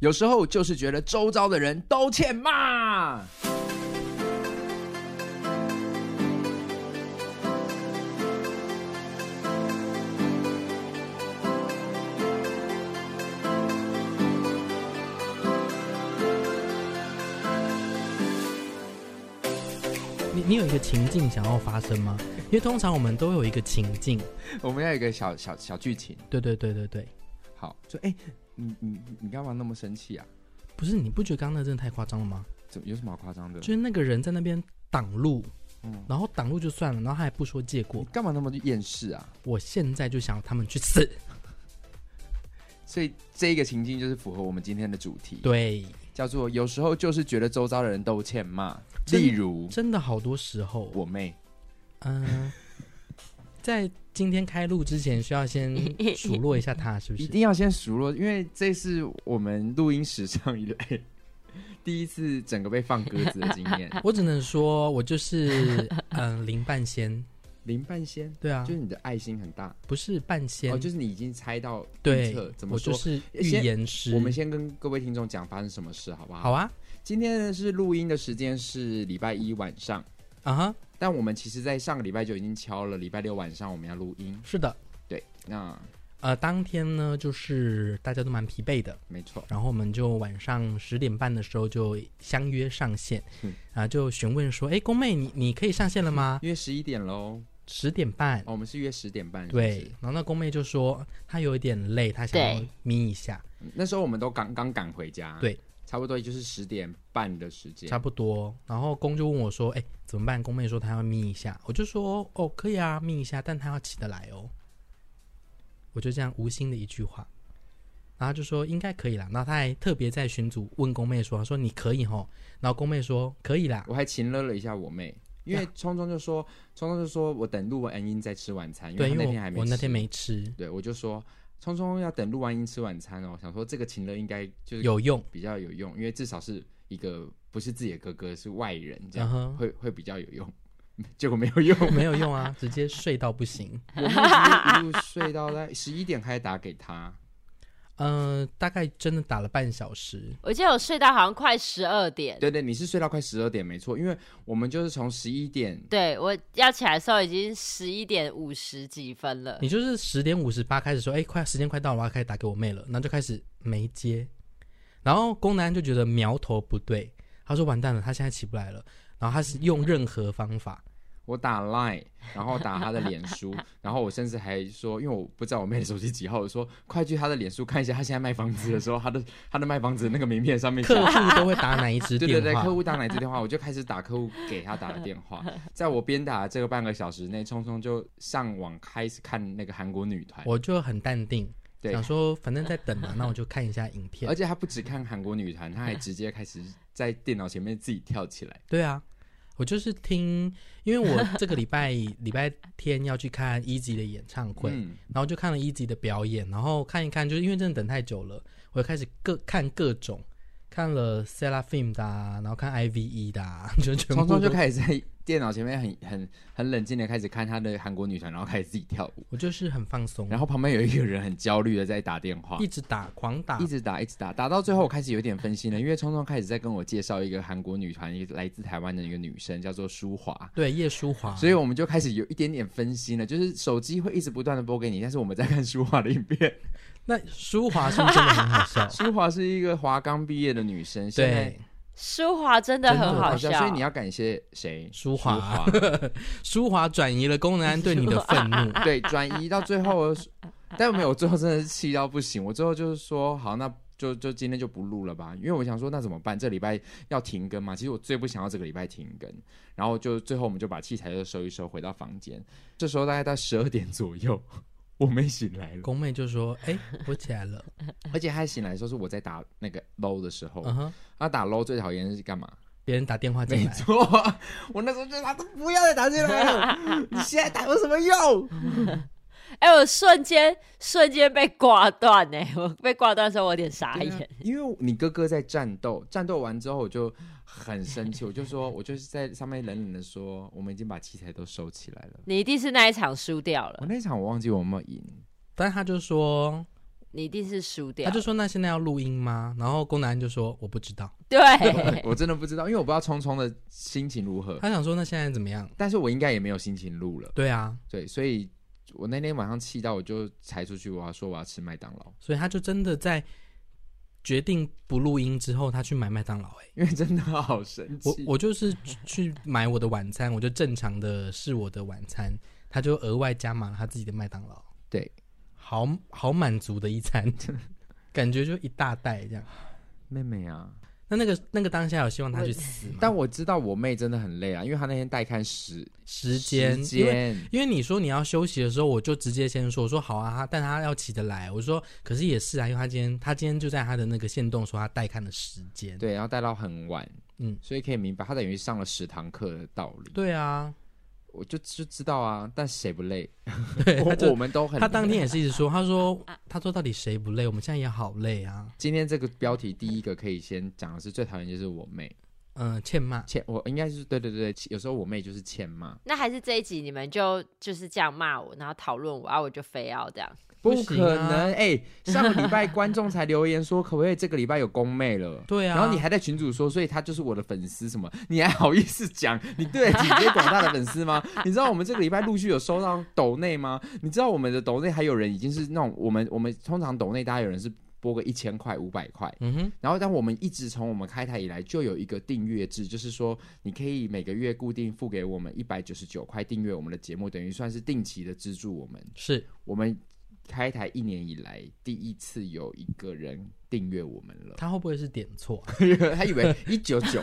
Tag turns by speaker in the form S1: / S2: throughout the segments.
S1: 有时候就是觉得周遭的人都欠骂。
S2: 你你有一个情境想要发生吗？因为通常我们都会有一个情境，
S1: 我们要有一个小小小剧情。
S2: 对对对对对，
S1: 好，就哎、你你你干嘛那么生气啊？
S2: 不是你不觉得刚刚那真的太夸张了吗？
S1: 怎么有什么好夸张的
S2: 就？是那个人在那边挡路，
S1: 嗯
S2: 然后挡路就算了，然后他还不说结
S1: 你
S2: 果，
S1: 干嘛那么厌世啊？
S2: 我现在就想他们去死。
S1: 所以这个情境就是符合我们今天的主题，，
S2: 对，
S1: 叫做有时候就是觉得周遭的人都欠骂。
S2: 真
S1: 例如
S2: 真的好多时候，
S1: 我妹，
S2: 嗯、在今天开录之前需要先数落一下他，是不
S1: 一
S2: 是？
S1: 定要先数落，因为这是我们录音史上以来 第一次整个被放鸽子的经验。
S2: 我只能说，我就是嗯林半仙，
S1: 林半仙，
S2: 对啊
S1: 就，是你的爱心很大，
S2: 不是半仙，
S1: 哦，就是你已经猜到预
S2: 对
S1: 测，怎么
S2: 我就
S1: 说？
S2: 是预
S1: 先
S2: 言师。
S1: 我们先跟各位听众讲发生什么事，好不好？
S2: 好啊，
S1: 今天呢是录音的时间是礼拜一晚上，
S2: 啊哈，
S1: 但我们其实在上个礼拜就已经敲了，礼拜六晚上我们要录音。
S2: 是的，
S1: 对，那
S2: 呃，当天呢就是大家都蛮疲惫的，
S1: 没错，
S2: 然后我们就晚上十点半的时候就相约上线，
S1: 嗯
S2: 啊，就询问说，哎，宫妹，你你可以上线了吗？
S1: 约十一点喽。
S2: 十点半，
S1: 哦，我们是约十点半。是不
S2: 对
S1: 是，
S2: 然后那宫妹就说她有一点累，她想要
S3: 对
S2: 眯一下，
S1: 嗯那时候我们都刚刚赶回家。
S2: 对，
S1: 差不多也就是十点半的时间
S2: 差。不多。然后宫就问我说，哎，怎么办？宫妹说她要眯一下，我就说，哦，可以啊，眯一下，但她要起得来哦。我就这样无心的一句话，然后她就说应该可以啦。然后她还特别在群组问宫妹说，她说你可以吼，然后宫妹说可以啦，
S1: 我还勤勒了一下我妹，因为聪聪就说，聪聪就说我等录完音再吃晚餐，因
S2: 对，
S1: 她
S2: 因
S1: 那
S2: 为
S1: 天还
S2: 我
S1: 没
S2: 我那
S1: 吃
S2: 天，没吃，
S1: 对我就说聪聪要等录完音吃晚餐哦，想说这个勤勒应该就是
S2: 有用，
S1: 比较有用，因为至少是一个不是自己的哥哥，是外人，这
S2: 然
S1: 样、
S2: 后
S1: 会会比较有用。 结果没有用，
S2: 没有用啊，直接睡到不行。
S1: 我妹一路一路睡到在 十一点开始打给他，
S2: 嗯、大概真的打了半小时，
S3: 我记得我睡到好像快十二点，
S1: 对对，你是睡到快十二点没错，因为我们就是从十一点
S3: 对我要起来的时候已经十一点五十几分了。
S2: 你就是十点五十八开始说，哎、快时间快到了，我要开始打给我妹了，然后就开始没接，然后宫南就觉得苗头不对，他说完蛋了，他现在起不来了，然后他是用任何方 法，
S1: 我打 Line，然后打他的脸书，然后我甚至还说，因为我不知道我妹的手机几号，我说快去他的脸书看一下，他现在卖房子的时候，他的他的卖房子的那个名片上面写。
S2: 客户都会打哪一 支
S1: 对
S2: 电话？
S1: 对对，客户打哪支电话，我就开始打客户给他打的电 话。在我边打的这个半个小时内，聪聪就上网开始看那个韩国女团，
S2: 我就很淡定，
S1: 对哎
S2: 想说反正在 等嘛，那我就看一下影
S1: 而
S2: 片。
S1: 且他不只看韩国女团，他还直接开始在电脑前面自己跳起来。
S2: 对啊，我就是听，因为我这个礼拜 礼拜天要去看一级的演唱会，
S1: 嗯，
S2: 然后就看了一集的表演，然后看一看，就是因为真的等太久了，我就开始各看各种，看了 Seraphim 的、啊，然后看 IVE 的、啊， 就全部
S1: 聪聪就
S2: 都
S1: 开始在电脑前面很很很冷静的开始看他的韩国女团，然后开始自己跳舞。
S2: 我就是很放松，
S1: 然后旁边有一个人很焦虑的在打电话
S2: 哦一，直打狂打
S1: 一，直打，一直打，打到最后我开始有点分心了，因为聪聪开始在跟我介绍一个韩国女团，一个来自台湾的一个女生叫做舒华，
S2: 对叶舒华，
S1: 所以我们就开始有一点点分心了，就是手机会一直不断的播给你，但是我们在看舒华的影片。
S2: 那舒华是不是真的很 好笑？
S1: 舒华是一个华刚毕业的女生，现在
S2: 对，
S3: 舒华真的很好笑，
S1: 所以你要感谢谁？
S2: 舒华
S1: 华，
S2: 舒华转移了功能安对 你的愤怒，
S1: 对，转移到最后，但没有，我最后真的是气到不行。我最后就是说，好，那就就今天就不录了吧，因为我想说，那怎么办？这礼拜要停更嘛？其实我最不想要这个礼拜停更，然后就最后我们就把器材都收一收，回到房间。这时候大概到十二点左右，我妹醒来了，
S2: 宫妹就说：“哎，我起来了，
S1: 而且她醒来的时候是我在打那个 low 的时候，
S2: 嗯哼，
S1: 她打 low 最讨厌的是干嘛？
S2: 别人打电话进
S1: 没
S2: 来，
S1: 错，我那时候就打，不要再打进来了，你现在打有什么用？
S3: 哎、我瞬间瞬间被挂断哎、 我被挂断的时候我有点傻
S1: 对
S2: 嗯
S3: 眼
S1: 啊，因为你哥哥在战斗，战斗完之后我就很生气，我就说，我就是在上面冷冷的说，我们已经把器材都收起来了。
S3: 你一定是那一场输掉了
S1: 我。那一场我忘记我有没有赢，
S2: 但是他就说。”
S3: 你一定是输掉
S2: 他。就说那现在要录音吗？然后宫南就说我不知道，
S3: 对，
S1: 我真的不知道，因为我不知道聪聪的心情如何，
S2: 他想说那现在怎么样？
S1: 但是我应该也没有心情录了，
S2: 对啊，
S1: 对，所以我那天晚上气到我就才出去，我要说我要吃麦当劳，
S2: 所以他就真的在决定不录音之后，他去买麦当劳、欸。
S1: 因为真的好生
S2: 我
S1: 气。
S2: 我就是去买我的晚餐，我 就正常的是我的晚餐，他就额外加码了他自己的麦当劳。
S1: 对，
S2: 好好满足的一餐， 感觉就一大袋这样。
S1: 妹妹啊，
S2: 那那个那个当下有希望他去死吗？
S1: 但我知道我妹真的很累啊，因为她那天带看时
S2: 时间，
S1: 时
S2: 因为
S1: 间
S2: 因为你说你要休息的时候，我就直接先说，我说好啊，他但他要起得来。我说可是也是啊，因为他今天他今天就在他的那个线动说他带看的时间。
S1: 对，然后带到很晚，
S2: 嗯
S1: 嗯，所以可以明白她等于上了十堂课的道理。
S2: 对 啊，
S1: 我就就知道啊，但谁不累？
S2: 对，他
S1: 我
S2: 就
S1: 我们都很累。
S2: 他当天也是一直说，他说他说到底谁不累？我们现在也好累啊。
S1: 今天这个标题第一个可以先讲的是最讨厌就是我妹
S2: 嗯、欠骂。
S1: 欠我应该是对对对，有时候我妹就是欠骂，
S3: 那还是这一集你们就就是这样骂我，然后讨论我，啊，我就非要这样。
S2: 不
S1: 不
S2: 行啊
S1: 可能哎、上个礼拜观众才留言说可不可以这个礼拜有公妹了。
S2: 对啊，
S1: 然后你还在群主说，所以她就是我的粉丝什么？你还好意思讲你对得起这些广大的粉丝 吗？你知道我们这个礼拜陆续有收到抖内吗？你知道我们的抖内还有人已经是那种我们我们通常抖内大家有人是拨个一千块五百块，
S2: 嗯哼，
S1: 然后，但我们一直从我们开台以来就有一个订阅制，就是说你可以每个月固定付给我们一百九十九块订阅我们的节目，等于算是定期的资助我们。
S2: 是
S1: 我们开台一年以来第一次有一个人订阅我们了，
S2: 他会不会是点错？
S1: 他以为一九 九，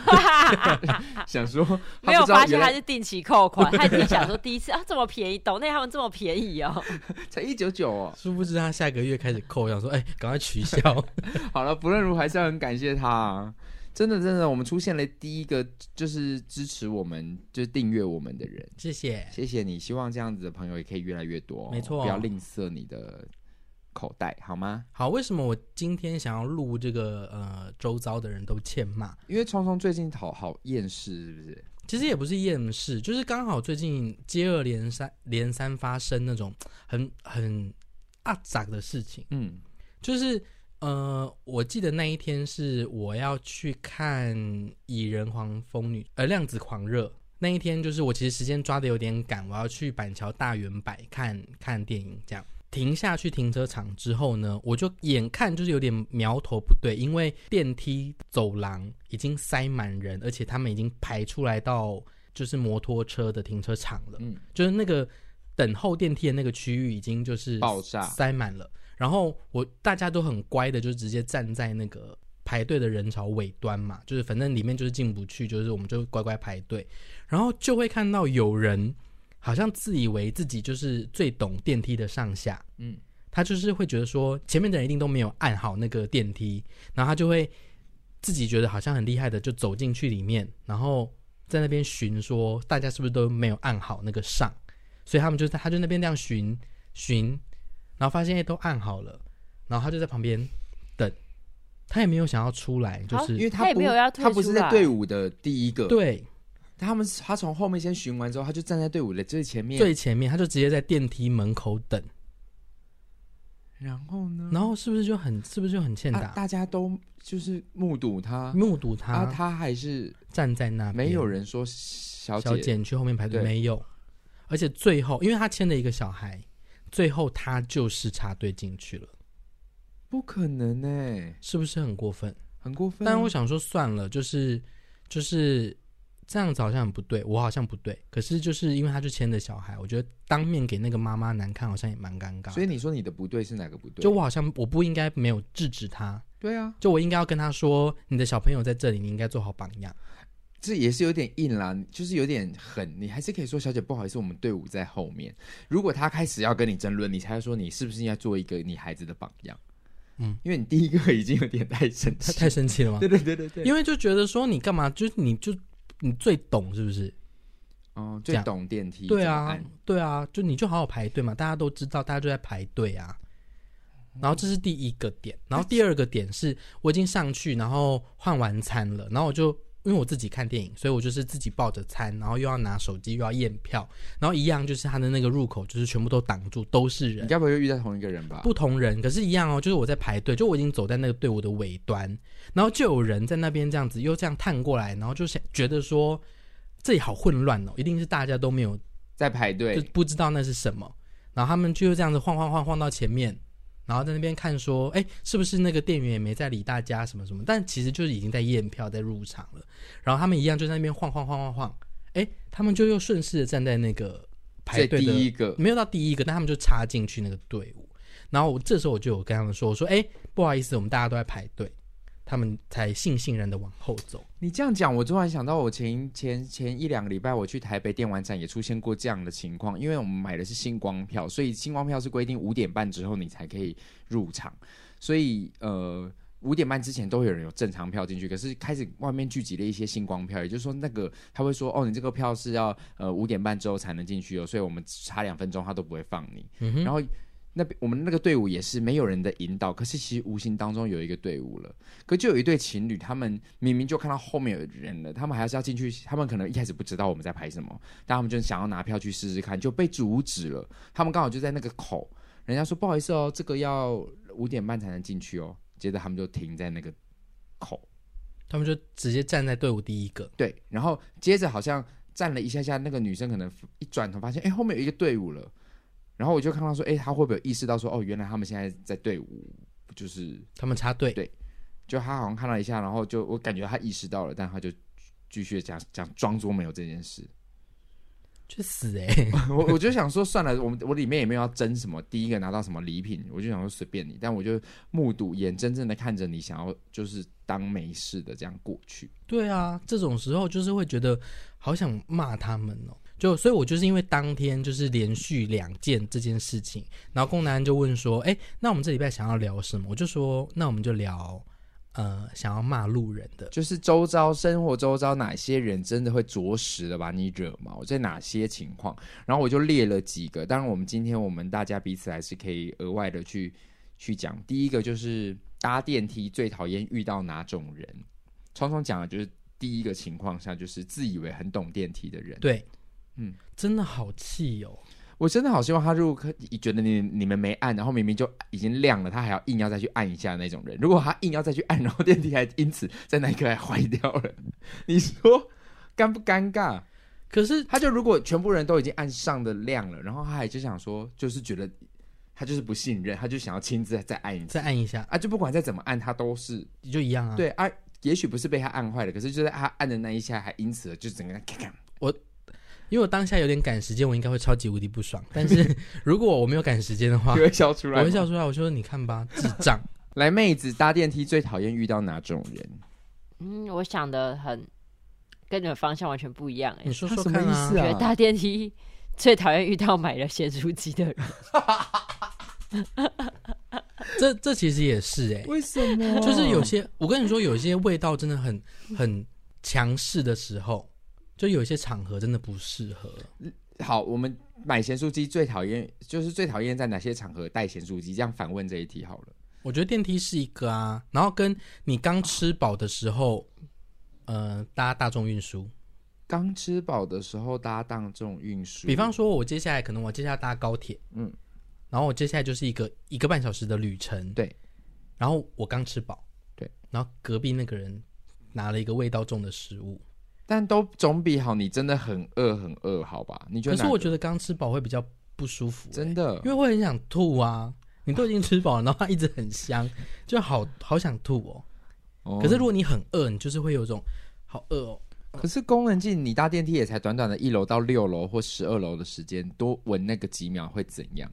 S1: 想说
S3: 没有
S1: 不知
S3: 发
S1: 道
S3: 现
S1: 原
S3: 他
S1: 来
S3: 是定期扣款，他已经想说第一次啊这么便宜，抖内他们这么便宜哦。
S1: 才一九九哦。
S2: 殊不知他下个月开始扣，想说哎，赶快 取消。
S1: 好了，不论如何还是要很感谢他、啊。真的，真的，我们出现了第一个就是支持我们，就是订阅我们的人。
S2: 谢谢。
S1: 谢谢你，希望这样子的朋友也可以越来越多哦、
S2: 没错
S1: 不要吝啬你的口袋，好吗？
S2: 好，为什么我今天想要录这个呃周遭的人都欠骂？
S1: 因为聪聪最近讨好厌世，是不是？
S2: 其实也不是厌世，就是刚好最近接二连三连三发生那种很很阿杂的事情，
S1: 嗯，
S2: 就是呃，我记得那一天是我要去看《蚁人黄蜂女》呃《量子狂热》那一天，就是我其实时间抓的有点赶，我要去板桥大圆柏看看电影，这样停下去停车场之后呢，我就眼看就是有点苗头不对，因为电梯走廊已经塞满人，而且他们已经排出来到就是摩托车的停车场了，
S1: 嗯
S2: 就是那个等候电梯的那个区域已经就是
S1: 爆炸
S2: 塞满了。然后我大家都很乖的，就直接站在那个排队的人潮尾端嘛，就是反正里面就是进不去，就是我们就乖乖排队，然后就会看到有人好像自以为自己就是最懂电梯的上下，嗯
S1: 嗯，
S2: 他就是会觉得说前面的人一定都没有按好那个电梯，然后他就会自己觉得好像很厉害的就走进去里面，然后在那边寻说大家是不是都没有按好那个上，所以他们就在他就那边这样寻寻，然后发现哎都按好了，然后他就在旁边等，他也没有想要出来，就
S3: 好
S1: 啊嗯因
S2: 是
S1: 为
S3: 他
S1: 他
S3: 也
S1: 不，
S3: 没有要退
S1: 他不是
S3: 出
S1: 在
S3: 啦
S1: 队伍的第一个，，
S2: 对。
S1: 他们他从后面先巡完之后，他就站在队伍的最前面，
S2: 最前面，他就直接在电梯门口等，
S1: 然后呢？
S2: 然后是不是就很是不是就很欠
S1: 嗯啊
S2: 打？
S1: 大家都就是目睹他，
S2: 目睹
S1: 啊，
S2: 他
S1: 他还是
S2: 站在那边，
S1: 没有人说小姐，
S2: 小姐你去后面排队
S1: 对
S2: 没有，而且最后因为他牵了一个小孩，最后他就是插队进去了，
S1: 不可能呢、欸
S2: 是不是很过分？
S1: 很过分啊、
S2: 但我想说算了，就是就是这样子好像很不对，我好像不对，可是就是因为他就牵着小孩，我觉得当面给那个妈妈难看好像也蛮尴尬
S1: 所
S2: 的，
S1: 以你说你的不对是哪个不对？
S2: 就我好像我不应该没有制止他。
S1: 对啊，
S2: 就我应该要跟他说，你的小朋友在这里，你应该做好榜样。
S1: 这也是有点硬啦，就是有点狠，你还是可以说小姐不好意思，我们队伍在后面。如果他开始要跟你争论，你才会说你是不是应该做一个你孩子的榜样？
S2: 嗯
S1: 嗯，因为你第一个已经有点太生
S2: 他
S1: 气，
S2: 太生气了吗
S1: 对？对对对对，
S2: 因为就觉得说你干嘛，就是你就你最懂是不是？
S1: 哦，
S2: 这
S1: 最
S2: 样
S1: 懂电梯，
S2: 对
S1: 怎么
S2: 啊
S1: 按，
S2: 对啊，就你就好好排队嘛，大家都知道，大家就在排队啊。
S1: 嗯
S2: 然后这是第一个点，然后第二个点是我已经上去，然后换完餐了，然后我就因为我自己看电影，所以我就是自己抱着餐，然后又要拿手机又要验票，然后一样就是他的那个入口就是全部都挡住，都是
S1: 你
S2: 人，
S1: 该不会又遇到同一个人吧？
S2: 不同人，可是一样哦，就是我在排队，就我已经走在那个队伍的尾端，然后就有人在那边这样子又这样探过来，然后就想觉得说这里好混乱哦，一定是大家都没有
S1: 在排
S2: 就
S1: 队，
S2: 不知道那是什么，然后他们就这样子晃晃晃晃到前面，然后在那边看说，哎，是不是那个店员也没在理大家什么什么？但其实就是已经在验票在入场了，然后他们一样就在那边晃晃晃晃晃，哎，他们就又顺势的站在那个排
S1: 这
S2: 队
S1: 第
S2: 的
S1: 一个
S2: 没有到第一个，但他们就插进去那个队伍。然后我这时候我就有跟他们说：“我说，哎、不好意思，我们大家都在排队。”他们才悻悻然的往后走。
S1: 你这样讲，我突然想到，我前前前一两个礼拜我去台北电玩展也出现过这样的情况，因为我们买的是星光票，所以星光票是规定五点半之后你才可以入场，所以呃五点半之前都会有人有正常票进去，可是开始外面聚集了一些星光票，也就是说那个他会说哦你这个票是要呃五点半之后才能进去哦，所以我们差两分钟他都不会放你，
S2: 嗯哼，
S1: 然后那边我们那个队伍也是没有人的引导，可是其实无形当中有一个队伍了。可就有一对情侣，他们明明就看到后面有人了，他们还是要进去。他们可能一开始不知道我们在排什么，但他们就想要拿票去试试看，就被阻止了。他们刚好就在那个口，人家说不好意思哦，这个要五点半才能进去哦。接着他们就停在那个口，
S2: 他们就直接站在队伍第一个。
S1: 对，然后接着好像站了一下下，那个女生可能一转头发现，哎，后面有一个队伍了。然后我就看到说，哎，她会不会有意识到说，哦，原来他们现在在队伍，就是
S2: 他们插队，
S1: 对就她好像看了一下，然后就我感觉她意识到了，但她就继续讲讲装作没有这件事。
S2: 去死哎、
S1: 我我就想说，算了，我们我里面也没有要争什么，第一个拿到什么礼品，我就想说随便你，但我就目睹眼睁睁的看着你想要就是当没事的这样过去。
S2: 对啊，这种时候就是会觉得好想骂他们哦。就所以，我就是因为当天就是连续两件这件事情，然后龚南就问说：“哎，那我们这礼拜想要聊什么？”我就说：“那我们就聊，呃，想要骂路人的。”
S1: 就是周遭生活周遭哪些人真的会着实的把你惹毛，在哪些情况，然后我就列了几个。当然，我们今天我们大家彼此还是可以额外的去去讲。第一个就是搭电梯最讨厌遇到哪种人，聪聪讲的就是第一个情况下就是自以为很懂电梯的人。
S2: 对，
S1: 嗯，
S2: 真的好气哦。
S1: 我真的好希望他入坑，觉得你你们没按，然后明明就已经亮了，他还要硬要再去按一下那种人。如果他硬要再去按，然后电梯还因此在那一刻还坏掉了，你说尴不尴尬？
S2: 可是
S1: 他就如果全部人都已经按上的亮了，然后他还就想说，就是觉得他就是不信任，他就想要亲自再按一次
S2: 再按一下
S1: 啊，就不管再怎么按，他都是
S2: 就一样啊。，
S1: 对啊。也许不是被他按坏了，可是就在他按的那一下，还因此就整个人咔咔
S2: 因为我当下有点赶时间，我应该会超级无敌 不爽。但是如果我没有赶时间的话
S1: 就，会笑出
S2: 我
S1: 来吗。
S2: 会笑出来。我说你看吧，智障。
S1: 来，妹子搭电梯最讨厌遇到哪种人？
S3: 嗯，我想的很跟你们方向完全不一样哎、
S2: 你说说
S1: 他什么
S2: 看啊
S1: 意思，啊
S3: 觉得搭电梯 最讨厌遇到买了咸酥鸡的人，
S2: 这这其实也是哎、
S1: 为什么
S2: 就是有些我跟你说，有些味道真的很很强势的时候，就有一些场合真的不适合。
S1: 好，我们买咸酥鸡最讨厌，就是最讨厌在哪些场合带咸酥鸡？这样反问这一题好了。
S2: 我觉得电梯是一个啊，然后跟你刚吃饱的时候，呃，搭大众运输。
S1: 刚吃饱的时候搭档这种运输，
S2: 比方说，我接下来可能我接下来搭高铁，嗯
S1: 嗯，
S2: 然后我接下来就是一个一个半小时的旅程，
S1: 对，
S2: 然后我刚吃饱，
S1: 对，
S2: 然后隔壁那个人拿了一个味道重的食物，
S1: 但都总比好你真的很饿很饿好吧？你觉
S2: 可
S1: 得？
S2: 是我觉
S1: 得
S2: 得刚吃饱会比较不舒服、欸
S1: 真的
S2: 因，为会很想吐啊。你都已经吃饱了，然后它一直很香，就好好想吐哦。
S1: 哦
S2: 可是如果你很饿，你就是会有一种好饿哦。
S1: 可是功能性你搭电梯也才短短的一楼到六楼或十二楼的时间，多闻那个几秒会怎样？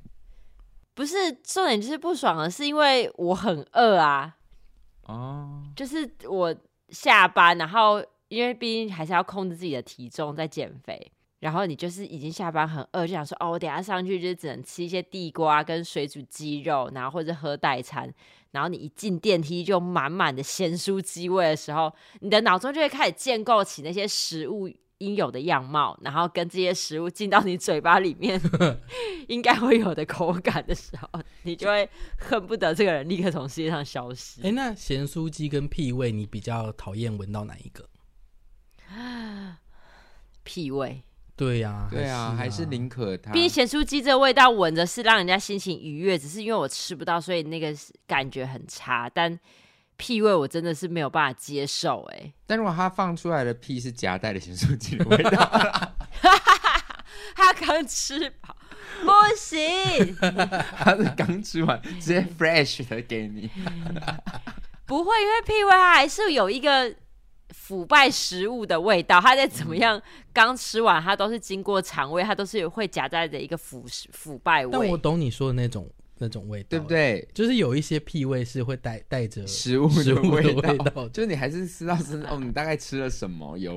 S3: 不是重点就是不爽的是因为我很饿啊，
S1: 哦，
S3: 就是我下班，然后因为毕竟还是要控制自己的体重在减肥，然后你就是已经下班很饿，就想说哦，我等一下上去就只能吃一些地瓜跟水煮鸡肉，然后或者喝代餐，然后你一进电梯就满满的咸酥鸡味的时候，你的脑中就会开始建构起那些食物。应有的样貌，然后跟这些食物进到你嘴巴里面，应该会有的口感的时候，你就会恨不得这个人立刻从世界上消失。
S2: 哎，那咸酥鸡跟屁味，你比较讨厌闻到哪一个？
S3: 屁味。
S2: 对呀、
S1: 对啊，还是
S2: 啊
S1: 宁可他
S3: 毕竟咸酥鸡这个味道闻着是让人家心情愉悦，只是因为我吃不到，所以那个是感觉很差。但屁味我真的是没有办法接受、欸，
S1: 但如果他放出来的屁是夹带的咸酥鸡的味道，
S3: 他刚吃饱， 不行，
S1: 他是刚吃完直接 fresh 的给你，
S3: 不会，因为屁味它还是有一个腐败食物的味道，它再怎么样刚吃完，它都是经过肠胃，它都是有会夹带着一个腐腐败
S2: 但我
S3: 味。
S2: 懂你说的那种那种味道，
S1: 对不？对？
S2: 就是有一些屁味是会带带着
S1: 食物
S2: 嗯食
S1: 的
S2: 物的
S1: 味
S2: 味
S1: 道，
S2: 道
S1: 就是你还是知道是哦，你大概吃了什么 油，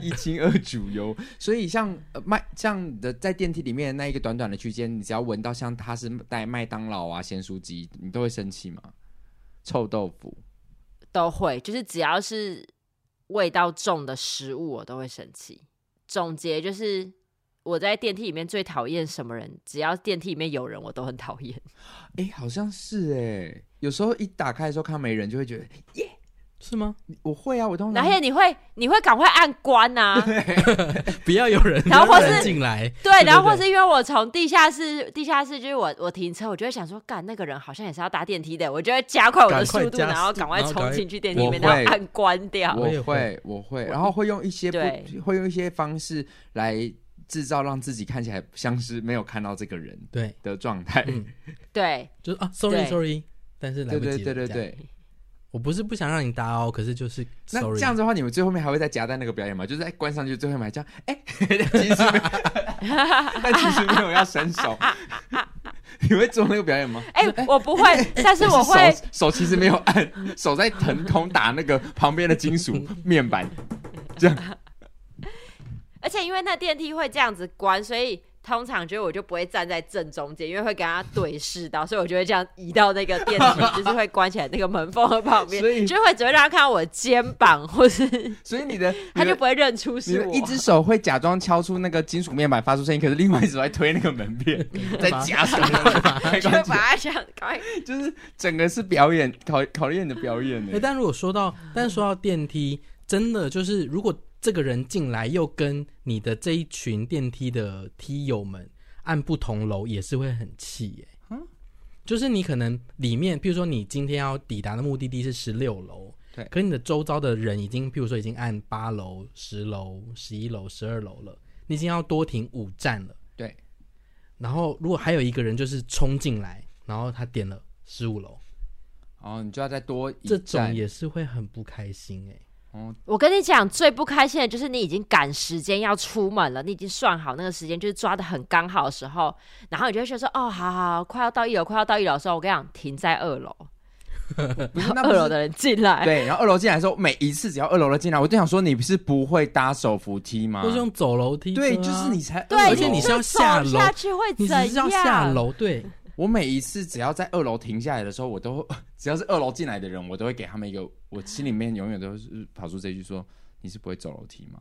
S1: 一清二楚油。所以像呃麦、这样的在电梯里面的那一个短短的区间，你只要闻到像它是带麦当劳啊、咸酥鸡，你都会生气吗？臭豆腐，
S3: 都会，就是只要是味道重的食物，我都会生气。总结就是，我在电梯里面最讨厌什么人？只要电梯里面有人，我都很讨厌。
S1: 哎、好像是哎、有时候一打开的时候看到没人，就会觉得
S2: 是吗？
S1: 我会啊，我
S2: 嗯
S1: 通
S3: 然
S1: 常
S3: 后你会你会赶快按关啊，
S2: 不要有人，
S3: 然后
S2: 不要有
S3: 或是
S2: 人进来，
S3: 对，然后或
S2: 对
S3: 是因为我从地下室，地下室就是我我停车，我就会想说，干那个人好像也是要搭电梯的，我就会加快我的
S2: 赶
S3: 速
S2: 快
S3: 度，
S2: 加
S3: 然后
S2: 速
S3: 赶快
S2: 然后赶
S3: 冲
S2: 快
S3: 进去电梯里
S1: 我
S3: 面，然
S1: 会
S3: 后按关掉。
S1: 我
S2: 我也
S1: 会
S2: 会，
S1: 我会，然后会用一些
S3: 对
S1: 不会用一些方式来制造让自己看起来像是没有看到这个人
S2: 对，
S1: 的状态。
S2: 嗯，
S3: 对，
S2: 就是啊
S3: 对
S2: ，sorry sorry，但是来
S1: 对
S2: 不及了
S1: 对对对
S2: 这样
S1: 对，
S2: 我不是不想让你搭哦，可是就是
S1: 那
S2: sorry，
S1: 这样子的话，你们最后面还会再夹带那个表演吗？就是在关上去最后面还这样， 哎、但其实没有，但其实没有要伸 手，你会做那个表演吗？
S3: 哎、我 不会，但是我会，
S1: 手手其实没有按，手在腾空打那个旁边的金属面 板，这样
S3: 而且因为那电梯会这样子关，所以通常觉得我就不会站在正中间，因为会跟他对视到，所以我就会这样移到那个电梯，就是会关起来那个门缝的 旁边
S1: 所以，
S3: 就会只会让他看到我的肩膀，或是
S1: 所以你的
S3: 他
S1: 你
S3: 就
S1: 的
S3: 不会认出
S1: 你
S3: 是
S1: 的
S3: 我。
S1: 一只手会假装敲出那个金属面板发出声音，可是另外一只手在推那个门片，
S2: 嗯
S1: 在夹手，没
S3: 就
S1: 关
S3: 把
S1: 系
S3: 它这样赶快
S1: 就是整个是表演考考验你的表演
S2: 哎、
S1: 呢。
S2: 但如果说到，但是说到电梯，真的就是如果这个人进来又跟你的这一群电梯的梯友们按不同楼，也是会很气耶、
S1: 嗯
S2: 就是你可能里面，比如说你今天要抵达的目的地是十六楼，
S1: 对
S2: 可你的周遭的人已经，比如说已经按八楼、十楼、十一楼、十二楼了，你已经要多停五站了。
S1: 对，
S2: 然后如果还有一个人就是冲进来，然后他点了十五楼，
S1: 哦，你就要再多一
S2: 这
S1: 站
S2: 种也是会很不开心哎、
S3: 我跟你讲，最不开心的就是你已经赶时间要出门了，你已经算好那个时间，就是抓的很刚好的时候，然后你就会觉得说，哦，好好好，快要到一楼，快要到一楼的时候，我跟你讲，停在二楼，
S1: 不是那不
S3: 二楼
S1: 是
S3: 的人进来，
S1: 对，然后二楼进来的时候，每一次只要二楼的进来，我就想说你不是不会搭手扶梯吗
S2: 或？是用走楼梯、
S1: 啊对，就是你，才
S3: 对，
S1: 二楼
S2: 啊而且你是要
S3: 就走
S2: 下楼
S3: 下去会
S2: 你
S3: 怎
S2: 只
S3: 样？
S2: 是要下楼，对，
S1: 我每一次只要在二楼停下来的时候，我都 只要是二楼进来的人，我都会给他们一个，我心里面永远都是呃跑出这句说：“你是不会走楼梯吗？”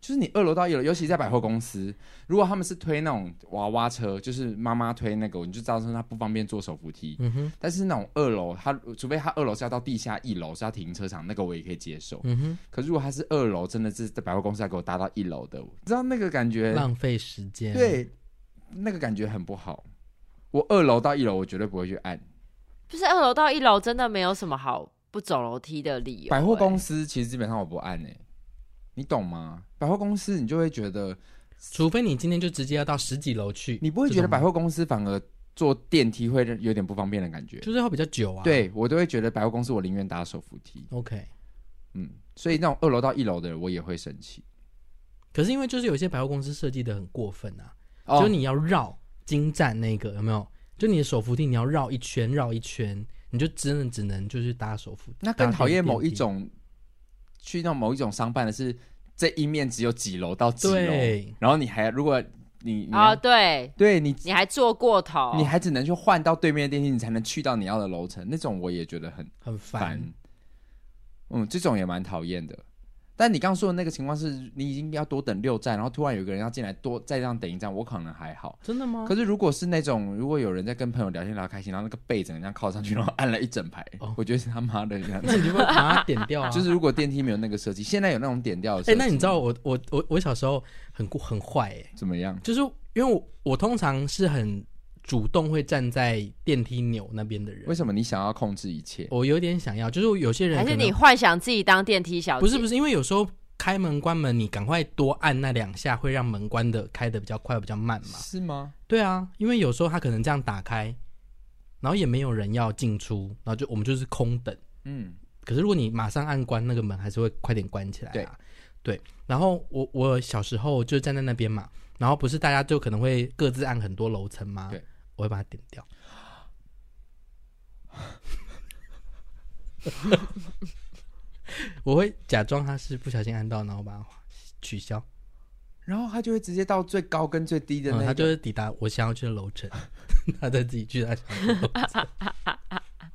S1: 就是你二楼到一楼，尤其在百货公司，如果他们是推那种娃娃车，就是妈妈推那个，你就知道说他不方便坐手扶梯。
S2: 嗯哼，
S1: 但是那种二楼，他除非他二楼是要到地下一楼是要停车场，那个我也可以接受。
S2: 嗯哼，
S1: 可是如果他是二楼，真的是在百货公司要给我搭到一楼的，你知道那个感觉？
S2: 浪费时间，，
S1: 对，那个感觉很不好。我二楼到一楼，我绝对不会去按。
S3: 就是二楼到一楼真的没有什么好不走楼梯的理由、
S1: 百货公
S3: 欸
S1: 司其实基本上我不按诶、欸你懂吗？百货公司你就会觉得，
S2: 除非你今天就直接要到十几楼去，
S1: 你不会觉得百
S2: 这
S1: 货
S2: 种
S1: 公司反而坐电梯会有点不方便的感觉。
S2: 就是会比较久啊，
S1: 对我都会觉得百货公司我宁愿搭手扶梯，
S2: ，OK。
S1: 嗯，所以那种二楼到一楼的人我也会生气。
S2: 可是因为就是有些百货公司设计的很过分啊，
S1: 哦
S2: 就你要绕金站那个有没有？就你的手扶梯你要绕一圈，绕一圈，你就真的只能就是搭手扶，
S1: 那更
S2: 搭
S1: 讨厌
S2: 电
S1: 某一
S2: 梯，
S1: 种去那种某一种商办的是这一面只有几楼到几楼，
S2: 对，
S1: 然后你还如果你你
S3: 啊、
S1: 要
S3: 对，
S1: 对你
S3: 你还坐过头，
S1: 你还只能去换到对面的电梯，你才能去到你要的楼层，那种我也觉得很
S2: 很
S1: 烦。嗯，这种也蛮讨厌的。但你刚刚说的那个情况是你已经要多等六站，然后突然有一个人要进来多再这样等一站，我可能还好。
S2: 真的吗？
S1: 可是如果是那种如果有人在跟朋友聊天聊得开心，然后那个背整个这样靠上去，然后按了一整排，
S2: 哦
S1: 我觉得是他妈的这 样子。
S2: 那你就会把它点掉 啊。
S1: 就是如果电梯没有那个设计，现在有那种点掉的设计，
S2: 哎、那你知道我我我我小时候很过很坏哎、
S1: 怎么样？
S2: 就是因为我我通常是很主动会站在电梯钮那边的人
S1: 为，什么你想要控制一切？
S2: 我有点想要，就是有些人
S3: 还
S2: 可
S3: 是
S2: 能
S3: 你幻想自己当电梯小姐？
S2: 不是不
S3: 是，
S2: 是，因为有时候开门关门，你赶快多按那两下，会让门关的开的比较快比较慢嘛。
S1: 是吗？
S2: 对啊，因为有时候他可能这样打开，然后也没有人要进出，然后就我们就是空等。
S1: 嗯，
S2: 可是如果你马上按关那个门，还是会快点关起来、啊。对，然后我我小时候就站在那边嘛，然后不是大家就可能会各自按很多楼层吗？
S1: 对，
S2: 我会把它点掉。 我会假装它是不小心按到，然后把它取消，
S1: 然后他就会直接到最高跟最低的
S2: 然后
S1: 那
S2: 它
S1: 个，
S2: 就会抵达我想要去的楼层， 它再自己去它想要去的楼 层。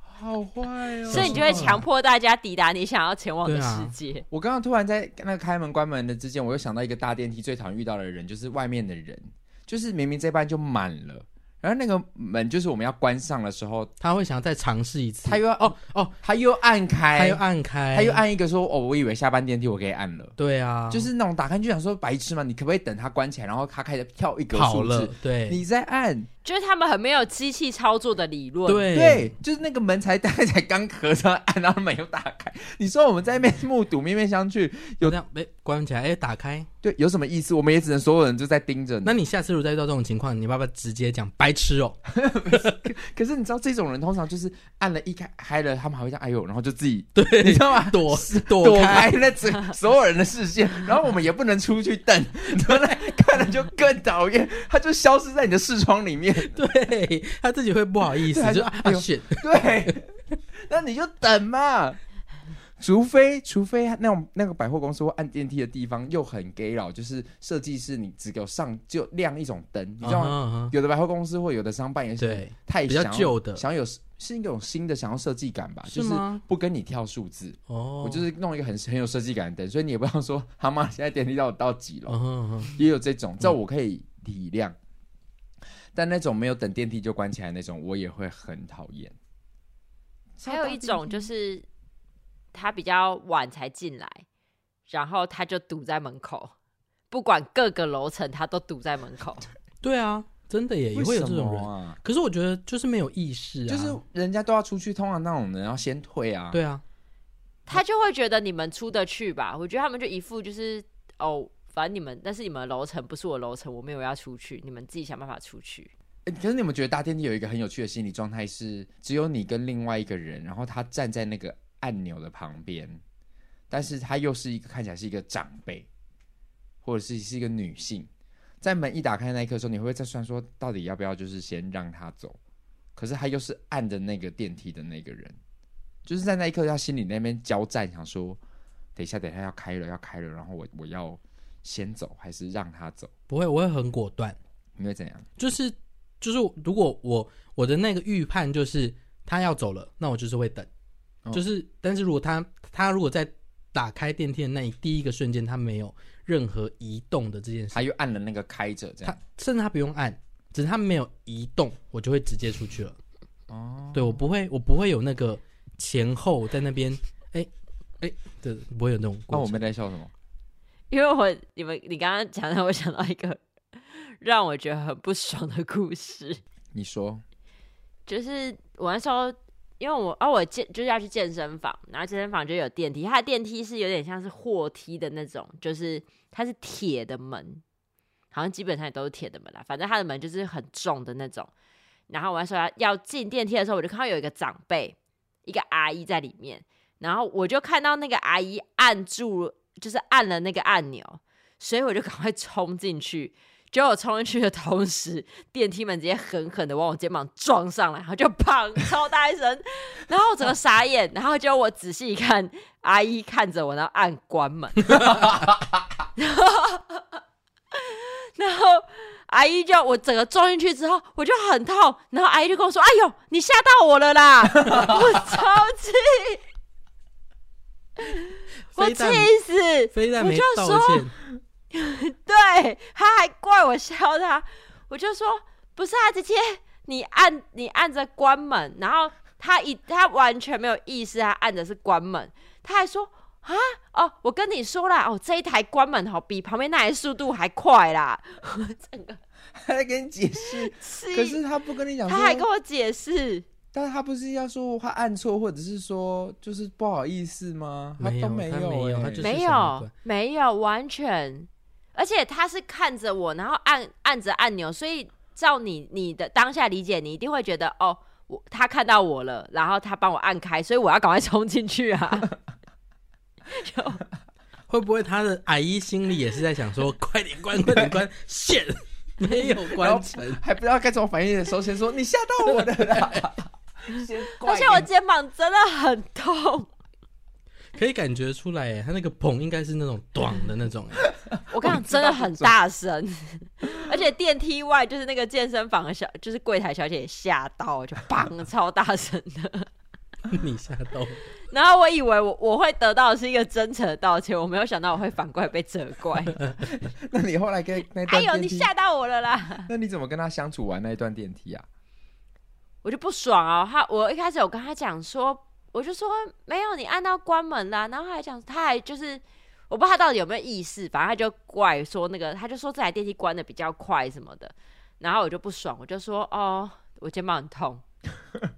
S1: 好坏哦。
S3: 所以你就会强迫大家抵达你想要前往的
S2: 对啊
S3: 世界。
S1: 我刚刚突然在那个开门关门的之间，我又想到一个大电梯最常遇到的人，就是外面的人，就是明明这班就满了，然后那个门就是我们要关上的时候，
S2: 他会想要再尝试一次，
S1: 他又要哦哦，他又按开，
S2: 他又，按开，
S1: 他又，按一个说哦，我以为下班电梯我可以按了。
S2: 对啊，
S1: 就是那种打开就想说白痴嘛，你可不可以等它关起来，然后它开始跳一格
S2: 跑
S1: 数
S2: 了
S1: 字，，
S2: 对，
S1: 你再按，
S3: 就是他们很没有机器操作的理论，，
S2: 对
S1: 对，就是那个门才大概才刚合上，按然后门又打开。你说我们在那边目睹面面相觑，有
S2: 有这样被关起来，哎、打开。
S1: 对，有什么意思？我们也只能所有人就在盯着
S2: 那
S1: 你。
S2: 你下次如果再遇到这种情况，你爸爸直接讲白痴 哦、
S1: 可是你知道这种人通常就是按了一开开了，他们还会这样哎呦，然后就自 己对，你知道吗？
S2: 躲
S1: 躲
S2: 躲开
S1: 开那整所有人的视线，然后我们也不能出去瞪，然后看了就更讨厌，他就消失在你的视窗里面。
S2: 对他自己会不好意思
S1: 对，他
S2: 就
S1: 就
S2: 啊
S1: 哎呦
S2: shit，
S1: 对，那你就等嘛。除非除非那种那个百货公司或按电梯的地方又很 gay 佬，就是设计师你只给我上就亮一种灯，你知道吗？
S2: 吗？
S1: 有的百货公司或有的商办也是
S2: 啊嗯对，
S1: 太
S2: 比较
S1: 想要
S2: 旧的
S1: 想要有是一种新的想要设计感吧，
S2: 是
S1: 就是
S2: 吗？
S1: 不跟你跳数字，
S2: 哦，
S1: 我就是弄一个很很有设计感的灯，所以你也不要说 他妈现在电梯到到几楼，
S2: 嗯哼，嗯哼
S1: 也有这种，这我可以体谅。但那种没有等电梯就关起来那种，我也会很讨厌。
S3: 还有一种就是他比较晚才进来，然后他就堵在门口，不管各个楼层，他都堵在门口。
S2: 对啊，真的耶，也
S1: 为
S2: 会有
S1: 什
S2: 这种
S1: 么
S2: 人。
S1: 啊，
S2: 可是我觉得就是没有意识啊，
S1: 就是人家都要出去，通常那种人要先退啊。，
S2: 对啊，
S3: 他就会觉得你们出得去吧？我觉得他们就一副就是哦，反正你们那是你们的楼层，不是我的楼层，我没有要出去，你们自己想办法出去。
S1: 可是你们觉得搭电梯有一个很有趣的心理状态是，只有你跟另外一个人，然后他站在那个按钮的旁边，但是他又是一个看起来是一个长辈，或者是是一个女性，在门一打开那一刻的时候，你会不会在算说到底要不要就是先让他走？可是他又是按着那个电梯的那个人，就是在那一刻他心里那边交战，想说等一下等一下要开了要开了，然后我我要先走还是让他走？
S2: 不会，我会很果断，
S1: 你会怎样？
S2: 就是就是如果我我的那个预判就是他要走了，那我就是会等，
S1: 哦
S2: 就是但是如果他他如果在打开电梯的那一第一个瞬间，他没有任何移动的这件事
S1: 他，又按了那个开着这样
S2: 他。甚至他不用按，只是他没有移动，我就会直接出去了。
S1: 哦，
S2: 对我不会，我不会有那个前后在那边，哎哎，对，不会有那种
S1: 那
S2: 过
S1: 我
S2: 程。
S1: 们在笑什么？
S3: 因为我你们你刚刚讲到，我想到一个 让我觉得很不爽的故事。
S1: 你说，
S3: 就是我那时候，因为我啊，我健就是要去健身房，然后健身房就有电梯，它的电梯是有点像是货梯的那种，就是它是铁的门，好像基本上也都是铁的门啦，反正它的门就是很重的那种。然后我那时候要要进电梯的时候，我就看到有一个长辈，一个阿姨在里面，然后我就看到那个阿姨按住，就是按了那个按钮，所以我就赶快冲进去。结果我冲进去的同时，电梯门直接狠狠的往我肩膀撞上来，然后就砰，超大一声， 然后我整个傻眼，然后结果我仔细一看，阿姨看着我，然后按关门， 然后阿姨就我整个撞进去之后，我就很痛，然后阿姨就跟我说：“哎呦，你吓到我了啦！” 我超气，我
S2: 非
S3: 气
S2: 但
S3: 死，是，
S2: 非但
S3: 我
S2: 没
S3: 就
S2: 道
S3: 说
S2: 歉，
S3: 对，他还怪我削他，我就说不是啊，姐姐，你按你按着关门，然后他一他完全没有意识，他按的是关门，他还说啊哦，我跟你说啦，哦这一台关门好比旁边那台速度还快啦，我整个
S1: 他在跟你解释，
S3: 气
S1: 可是他不跟你讲，
S3: 他还跟，我解释，
S1: 但是他不是要说他按错，或者是说就是不好意思吗？他
S2: 没
S1: 都
S2: 有他没有
S1: 欸
S2: 他就是
S3: 没
S2: 想不
S3: 有
S2: 管
S3: 没有完全，而且他是看着我，然后按按着按钮，所以照你你的当下理解，你一定会觉得哦，我他看到我了，然后他帮我按开，所以我要赶快 冲进去啊！就
S2: 会不会他的阿姨心里也是在想 说，快点关，快点关，线没有关成，
S1: 还不知道该怎么反应的时候，先说你吓到我的啦。先怪
S3: 而且我肩膀真的很痛，
S2: 可以感觉出来耶，他那个砰应该是那种短的那种耶，欸
S3: 我跟你讲，真的很大声，而且电梯外就是那个健身房的小，就是柜台小姐也吓到，就砰，超大声的。
S2: 你吓到我。
S3: 然后我以为我我会得到的是一个真诚的道歉，我没有想到我会反过来被责怪。
S1: 你那你后来跟那
S3: 哎
S1: 段
S3: 呦，
S1: 电
S3: 你
S1: 梯，
S3: 吓到我了啦！
S1: 那你怎么跟他相处完那一段电梯啊？
S3: 我就不爽啊！他我一开始有跟他讲说，我就说没有，你按到关门啦。然后他还讲，他还就是我不知道他到底有没有意识，反正他就怪说那个，他就说这台电梯关的比较快什么的。然后我就不爽，我就说哦，我肩膀很 痛。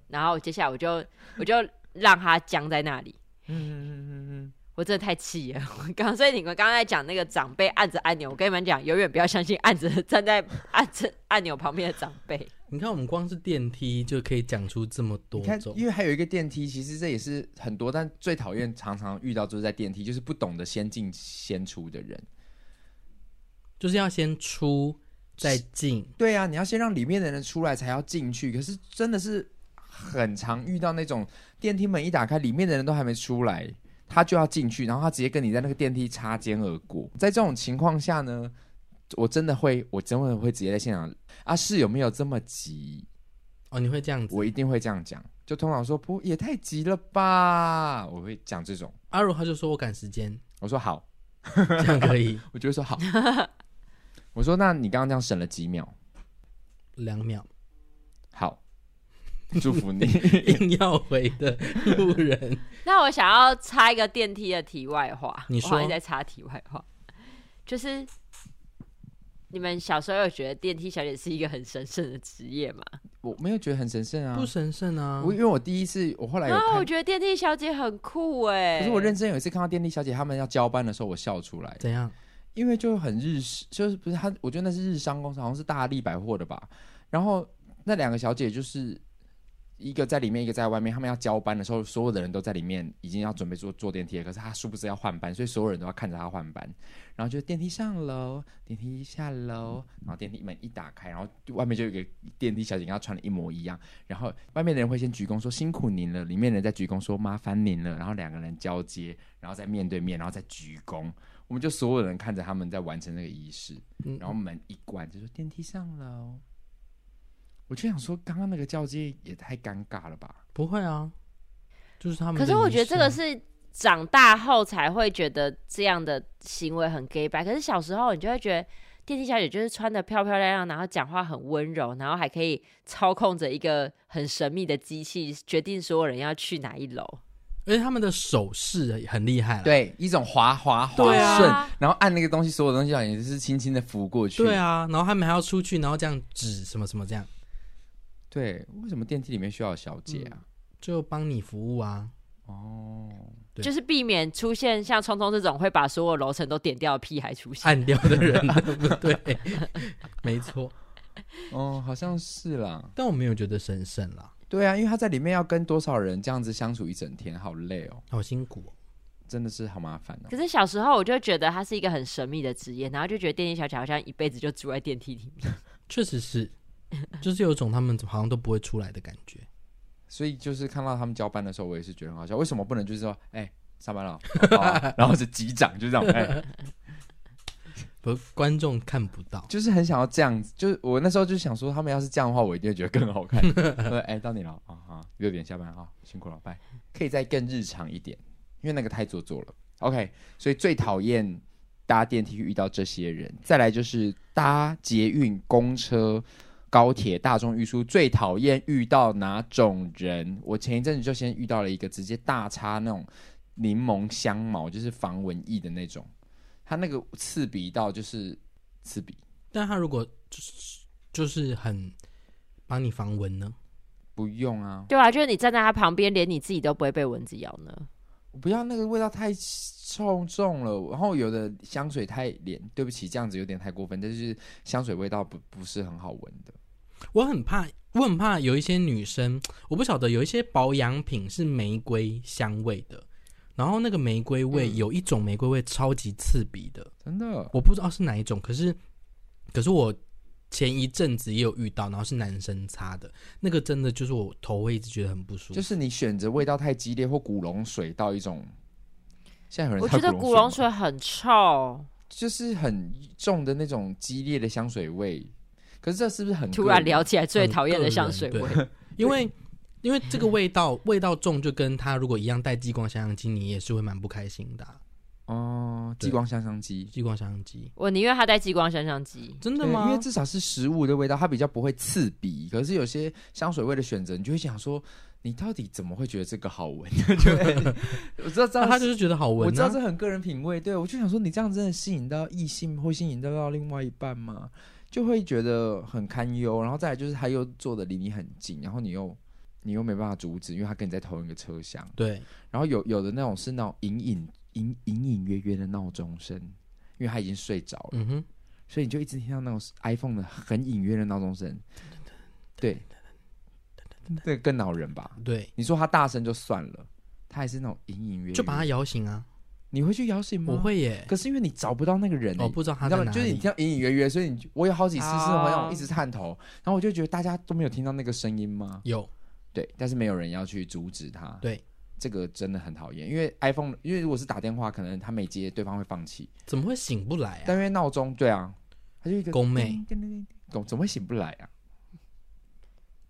S3: 然后接下来我就我就让他僵在那里。
S1: 嗯嗯嗯嗯
S3: 我真的太气了！我刚，所以你们刚才讲那个长辈按着按钮，我跟你们讲，永远不要相信按着站在按着按钮旁边的长辈。
S2: 你看，我们光是电梯就可以讲出这么多
S1: 你看，
S2: 种，
S1: 因为还有一个电梯，其实这也是很多，但最讨厌常常遇到就是在电梯，就是不懂得先进先出的人。
S2: 就是要先出再进，
S1: 对啊，你要先让里面的人出来才要进去。可是真的是很常遇到那种电梯门一打开，里面的人都还没出来，他就要进去，然后他直接跟你在那个电梯擦肩而过。在这种情况下呢，我真的会，我真的会直接在现场啊，是有没有这么急？
S2: 哦，你会这样子。
S1: 我一定会这样讲，就通常说不也太急了吧，我会讲这种。
S2: 阿如他就说我赶 时间，
S1: 我说好，
S2: 这样可以
S1: 我就会说好。我说那你刚刚这样省了几秒？
S2: 两 秒，
S1: 好，祝福你。
S2: 硬要回的路人，
S3: 那我想要插一个电梯的题外话，
S2: 你
S3: 我好像
S2: 说
S3: 在插题外话，就是你们小时候有觉得电梯小姐是一个很神圣的职业吗？
S1: 我没有觉得很神 圣啊，
S2: 不神圣啊
S1: 我。因为我第一次，我后来
S2: 哎
S1: 有
S3: 然后我
S1: 看，
S3: 觉得电梯小姐很酷哎、
S1: 可是我认真有一次看到电力小姐他们要交班的时候，我笑出来，
S2: 怎样？
S1: 因为就很日式，就是不是他，我觉得那是日商公司，好像是大力百货的吧。然后那两个小姐就是一个在里面，一个在外面，他们要交班的时候，所有的人都在里面已经要准备坐坐电梯了，可是她殊不知要换班，所以所有人都要看着她换班。然后就电梯上楼，电梯下楼，然后电梯门一打开，然后就外面就有一个电梯小姐跟她穿的一模一样，然后外面的人会先鞠躬说辛苦您了，里面的人在鞠躬说麻烦您了，然后两个人交接，然后再面对面，然后再鞠躬，我们就所有人看着他们在完成那个仪式，
S2: 嗯
S1: 然后门一关就说电梯上楼。我就想说，刚刚那个交接也太尴尬了吧？
S2: 不会啊，就是他们的
S3: 可
S2: 仪式啊。
S3: 是我觉得这个是长大后才会觉得这样的行为很 gay 白，可是小时候你就会觉得电梯小姐就是穿的漂漂亮亮，然后讲话很温柔，然后还可以操控着一个很神秘的机器，决定所有人要去哪一楼。
S2: 而且他们的手势也很厉害啦。
S1: 对，一种滑滑滑
S2: 对啊
S1: 顺，然后按那个东西，所有东西好像也是轻轻的拂过去。
S2: 对啊，然后他们还要出去，然后这样指什么什么这样，
S1: 对，为什么电梯里面需要有小姐啊？
S2: 就帮你服务啊。
S1: 哦，
S2: 对
S3: 就是避免出现像聪聪这种会把所有楼层都点掉的屁孩出现。
S2: 按掉的人，对不对？没错，
S1: 哦，好像是啦。
S2: 但我没有觉得神圣啦，
S1: 对啊，因为他在里面要跟多少人这样子相处一整天，好累哦，
S2: 好辛苦、哦。
S1: 真的是好麻烦哦
S3: 可。是小时候我就觉得它是一个很神秘的职业，然后就觉得电梯小姐好像一辈子就住在电梯里面。
S2: 确实是，就是有一种他们好像都不会出来的感觉。
S1: 所以就是看到他们交班的时候，我也是觉得很好笑。为什么不能就是说，哎、上班了，哦好 啊然后是击掌，就这样，哎、
S2: 不，观众看不到。
S1: 就是很想要这样子。就是我那时候就想说，他们要是这样的话，我一定会觉得更好看。我说，哎、到你了，啊、哦、啊，六点下班啊、辛苦了，拜。可以再更日常一点，因为那个太做作了。 OK，所以最讨厌搭电梯遇到这些人，再来就是搭捷运、公车、高铁、大众运输，最讨厌遇到哪种人？我前一阵子就先遇到了一个直接大插那种柠檬香茅，就是防蚊液的那种，他那个刺鼻到就是刺鼻，
S2: 但他如果就是就是很帮你防蚊呢？
S1: 不用啊，
S3: 对啊，就是你站在他旁边，连你自己都不会被蚊子咬呢。
S1: 我不要那个味道太冲重了，然后有的香水太廉，对不起，这样子有点太过分，但是香水味道不不是很好闻的。
S2: 我很怕，我很怕有一些女生，我不晓得有一些保养品是玫瑰香味的，然后那个玫瑰味、
S1: 嗯
S2: 有一种玫瑰味超级刺鼻的，
S1: 真的，
S2: 我不知道是哪一种，可是可是我前一阵子也有遇到，然后是男生擦的，那个真的就是我头会一直觉得很不舒服，
S1: 就是你选择味道太激烈或古龙水到一种，现在有人
S3: 我
S1: 擦
S3: 觉得古龙
S1: 吗
S3: 水很臭，
S1: 就是很重的那种激烈的香水味，可是这是不是很
S3: 突
S1: 个
S3: 然
S1: 人
S3: 聊起来最
S2: 很
S3: 讨厌
S2: 个
S3: 的香
S2: 人
S3: 水
S2: 对
S3: 味。
S2: 因为。因为这个味道，味道重就跟他如果一样带激光香香机，你也是会蛮不开心的啊、
S1: 哦？
S2: 对
S1: 激光香香机，
S2: 激光香香机
S3: 我宁愿他带激光香香机。
S2: 真的
S1: 对，
S2: 吗？
S1: 因为至少是食物的味道，它比较不会刺鼻。可是有些香水味的选择，你就会想说，你到底怎么会觉得这个好闻？ 就会 我知道，知道
S2: 那他就是觉得好闻、啊，
S1: 我知道这很个人品味，对我就想说，你这样真的吸引到异性，会吸引到到另外一半吗？就会觉得很堪忧，然后再来就是他又坐的离你很近，然后你又你又没办法阻止，因为他跟你在同一个车厢。
S2: 对，
S1: 然后有有的那种是那种隐隐隐隐隐约约的闹钟声，因为他已经睡着了，
S2: 嗯哼，
S1: 所以你就一直听到那种 iPhone 的很隐约的闹钟声。对，这个更恼人吧？
S2: 对，
S1: 你说他大声就算了，他还是那种隐隐约约，
S2: 就把他摇醒啊！
S1: 你会去摇醒
S3: 嗯
S1: 吗？
S2: 我会耶，哦
S1: 可是因为你找不到那个人、欸，
S2: 我不知道
S1: 你
S2: 他
S1: 知
S2: 在
S1: 道
S2: 哪
S1: 吗？
S2: 里，
S1: 就是你听到隐隐约约，所以你我有好几次是那
S3: 哦
S1: 种一直探头，
S2: 啊
S1: 然后我就觉得大家都没有听到那个声音吗？
S2: 有
S1: 对，但是没有人要去阻止他。
S2: 对，
S1: 这个真的很讨厌，因为 iPhone，因为如果是打电话，可能他没接，对方会放弃，
S2: 怎么会醒不来啊？
S1: 但因为闹钟，对啊，他就一个
S2: 宫妹
S1: 叮叮叮叮叮怎怎么会醒不来啊？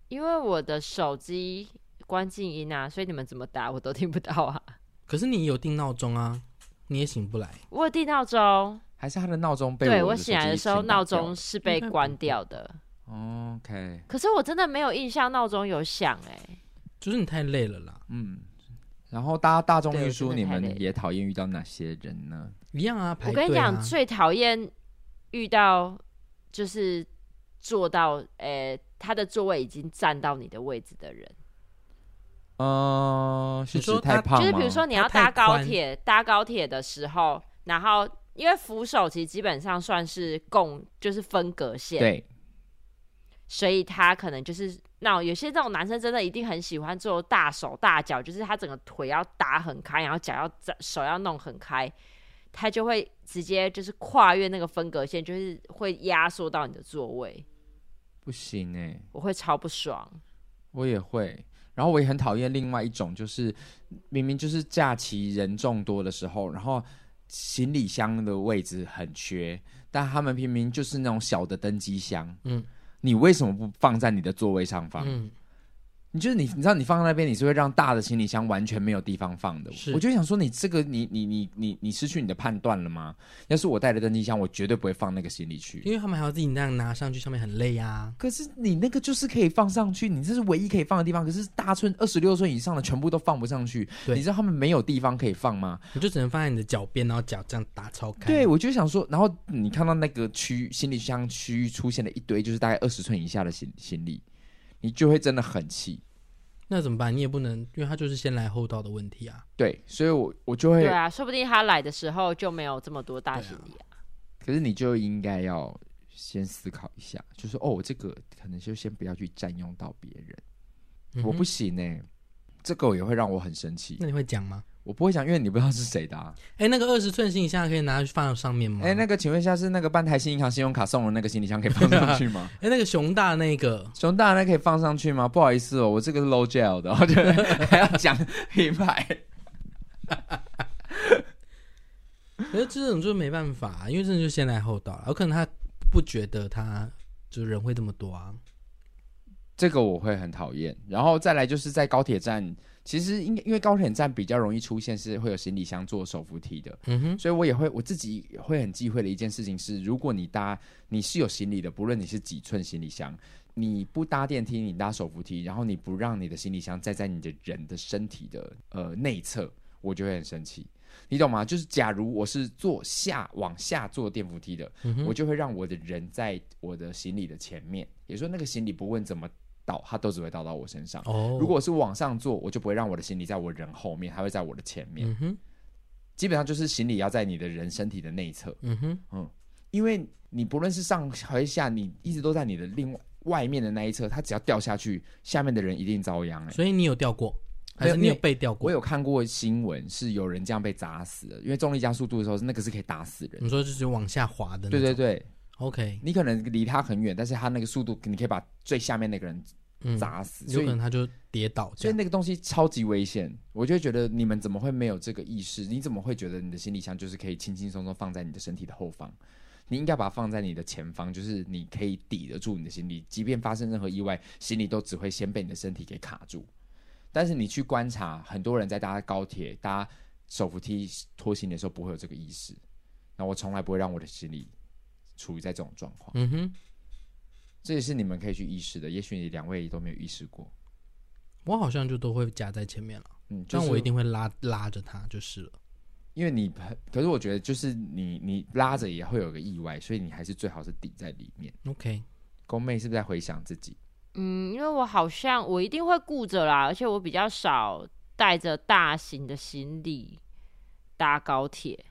S3: 因为我的手机关静音啊，所以你们怎么打我都听不到啊。
S2: 可是你有定闹钟啊，你也醒不来，
S3: 我有定闹钟，
S1: 还是他的闹钟被
S3: 对
S1: 我
S3: 我
S1: 手
S3: 醒来
S1: 机
S3: 的时候
S1: 全打
S3: 闹
S1: 掉
S3: 钟
S1: 了
S3: 是被
S2: 应该不
S3: 关
S2: 会
S3: 掉的，
S1: 哦？OK，
S3: 可是我真的没有印象闹钟有响哎、
S2: 就是你太累了啦。
S1: 嗯，然后搭大众
S3: 对我
S1: 运
S3: 真
S1: 输，
S3: 的
S1: 你
S3: 太累
S1: 们
S3: 了
S1: 也讨厌遇到哪些人呢？
S2: 一样啊，排
S3: 我
S2: 队、啊、
S3: 跟你讲，最讨厌遇到就是坐到诶、他的座位已经占到你的位置的人，
S1: 嗯、是
S2: 你说
S1: 指太
S2: 他
S1: 胖
S3: 就
S1: 吗？
S3: 是比如说你要
S2: 他太
S3: 搭高
S2: 宽
S3: 铁，搭高铁的时候，然后因为扶手其实基本上算是共，就是分隔线，
S1: 对，
S3: 所以他可能就是那种有些这种男生真的一定很喜欢做大手大脚，就是他整个腿要打很开，然后脚要展手要弄很开，他就会直接就是跨越那个分隔线，就是会压缩到你的座位，
S1: 不行哎、
S3: 我会超不爽。
S1: 我也会。然后我也很讨厌另外一种，就是明明就是假期人众多的时候，然后行李箱的位置很缺，但他们明明就是那种小的登机箱，
S2: 嗯
S1: 你为什么不放在你的座位上方？
S2: 嗯，
S1: 你就是你，你知道你放在那边，你是会让大的行李箱完全没有地方放的
S2: 是。
S1: 我就想说，你这个你你你你你失去你的判断了吗？要是我带着登机箱，我绝对不会放那个行李去。
S2: 因为他们还要自己那样拿上去，上面很累啊。
S1: 可是你那个就是可以放上去，你这是唯一可以放的地方。可是大寸二十六寸以上的全部都放不上去，
S2: 对
S1: 你知道他们没有地方可以放吗？
S2: 你就只能放在你的脚边，然后脚这样打超开。
S1: 对，，我就想说，然后你看到那个区行李箱区域出现了一堆就是大概二十寸以下的行行李，你就会真的很气。
S2: 那怎么办？你也不能，因为他就是先来后到的问题啊。
S1: 对，所以我我就会，
S3: 对啊，说不定他来的时候就没有这么多大行李啊。
S1: 可是你就应该要先思考一下，就是哦，这个可能就先不要去占用到别人，
S2: 嗯哼嗯
S1: 我不，行呢、欸这个也会让我很生气
S2: 那。你会讲吗？
S1: 我不会想，因为你不知道是谁的、啊。
S2: 哎，那个二十寸行李箱可以拿去放在上面吗？
S1: 哎、那个，请问一下，是那个办台新银行信用卡送的那个行李箱可以放上去吗？
S2: 哎那个熊大那个，
S1: 熊大那可以放上去吗？不好意思哦，我这个是 low gel 的， 我觉得还要讲品牌。
S2: 可是这种就没办法、因为真的就啊先来后到了。有可能他不觉得他就人会这么多啊。
S1: 这个我会很讨厌。然后再来就是在高铁站，其实应该因为高铁站比较容易出现是会有行李箱做手扶梯的，
S2: 嗯哼，
S1: 所以我也会我自己会很忌讳的一件事情是，如果你搭你是有行李的，不论你是几寸行李箱，你不搭电梯，你搭手扶梯，然后你不让你的行李箱站在你的人的身体的呃内侧，我就会很生气。你懂吗？就是假如我是坐下往下坐电扶梯的，
S2: 嗯哼
S1: 我就会让我的人在我的行李的前面，也就是说那个行李不问怎么倒，它都只会倒到我身上。
S2: 哦，
S1: 如果是往上坐，我就不会让我的行李在我人后面，它会在我的前面。
S2: 嗯哼
S1: 基本上就是行李要在你的人身体的内侧，
S2: 嗯哼
S1: 因为你不论是上还是下，你一直都在你的另外外面的那一侧，它只要掉下去，下面的人一定遭殃、欸。
S2: 所以你有掉过，还是
S1: 没有
S2: 你
S1: 因
S2: 有
S1: 为
S2: 被掉过？
S1: 我有看过新闻，是有人这样被砸死的，因为重力加速度的时候，那个是可以打死人。
S2: 你说就是往下滑嗯的那种，
S1: 对对对，
S2: ，OK，
S1: 你可能离他很远，但是他那个速度，你可以把最下面那个人
S2: 嗯，
S1: 砸死，
S2: 有
S1: 所以
S2: 可能他就跌倒这
S1: 所以
S2: 样。
S1: 那个东西超级危险，我就会觉得你们怎么会没有这个意识？你怎么会觉得你的行李箱就是可以轻轻松松放在你的身体的后方？你应该把它放在你的前方，就是你可以抵得住你的行李，即便发生任何意外，行李都只会先被你的身体给卡住。但是你去观察，很多人在搭高铁、搭手扶梯拖行李的时候，不会有这个意识。那我从来不会让我的行李处于在这种状况，
S2: 嗯哼，
S1: 这也是你们可以去意识的。也许你两位都没有意识过，
S2: 我好像就都会夹在前面了，
S1: 嗯，就
S2: 但
S1: 是
S2: 我一定会拉拉着他就是了。
S1: 因为你，可是我觉得就是你你拉着也会有个意外，所以你还是最好是抵在里面。
S2: OK，
S1: 宫妹是不是在回想自己？
S3: 嗯，因为我好像我一定会顾着啦，而且我比较少带着大型的行李搭高铁，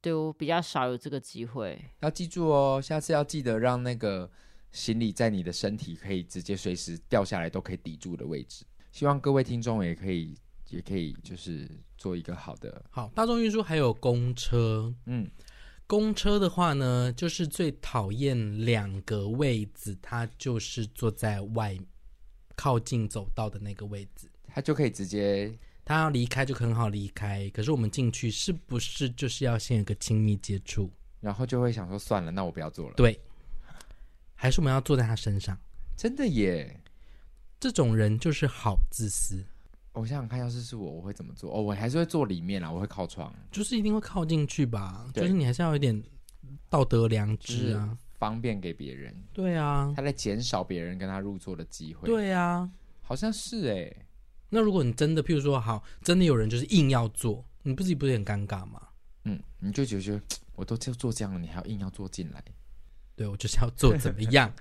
S3: 对我比较少有这个机会。
S1: 要记住哦，下次要记得让那个行李在你的身体可以直接随时掉下来都可以抵住的位置。希望各位听众也可以也可以就是做一个好的，
S2: 好，大众运输还有公车，
S1: 嗯，
S2: 公车的话呢，就是最讨厌两个位子，它就是坐在外靠近走道的那个位置。
S1: 他就可以直接
S2: 他要离开就很好离开，可是我们进去是不是就是要先有个亲密接触？
S1: 然后就会想说算了，那我不要做了。
S2: 对，还是我们要坐在他身上？
S1: 真的耶，
S2: 这种人就是好自私，
S1: 我想想看，要是是我，我会怎么做？哦，我还是会坐里面啦，啊我会靠窗，
S2: 就是一定会靠近去吧？
S1: 对
S2: 就是你还是要有一点道德良知啊。
S1: 方便给别人。
S2: 对啊，
S1: 他在减少别人跟他入座的机会。，
S2: 对啊。
S1: 好像是哎、
S2: 那如果你真的，譬如说，好，真的有人就是硬要做，你不自己不是很尴尬吗？
S1: 嗯，你就觉得说我都就做这样了，你还要硬要做进来，
S2: 对我就是要做怎么样，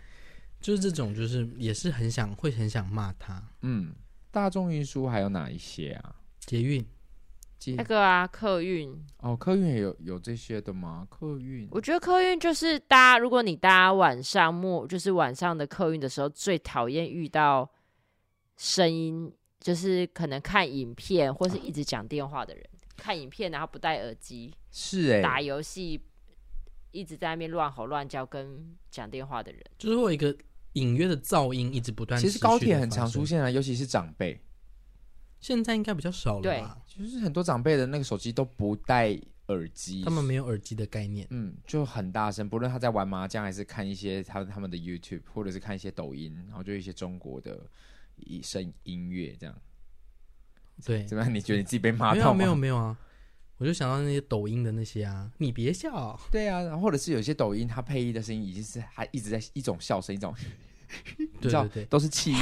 S2: 就是这种，就是也是很想会很想骂他。
S1: 嗯。大众运输还有哪一些啊？
S2: 捷运，嗯
S1: 捷
S3: 那个啊，客运，
S1: 哦，客运也有有这些的吗？客运，
S3: 我觉得客运就是搭，如果你搭晚上末，就是晚上的客运的时候，最讨厌遇到声音，就是可能看影片或是一直讲电话的人，看影片然后不戴耳机，
S1: 是哎、
S3: 打游戏一直在那边乱吼乱叫，跟讲电话的人。
S2: 就是会有一个隐约的噪音一直不断。
S1: 其实高铁很常出，现啊，尤其是长辈，
S2: 现在应该比较少了吧？
S1: 就是很多长辈的那个手机都不带耳机，
S2: 他们没有耳机的概念。
S1: 嗯，就很大声，不论他在玩麻将，还是看一些他他们的 YouTube，或者是看一些抖音，然后就一些中国的一声音乐这样。
S2: 对，
S1: 怎么样？你觉得你自己被骂
S2: 没
S1: 到
S2: 有
S1: 吗？
S2: 没有没有啊，我就想到那些抖音的那些啊，你别笑，
S1: 对啊，然后或者是有些抖音，它配音的声音已经是还一直在一种笑声，一种你
S2: 对
S1: 知道
S2: 对对，
S1: 都是气音，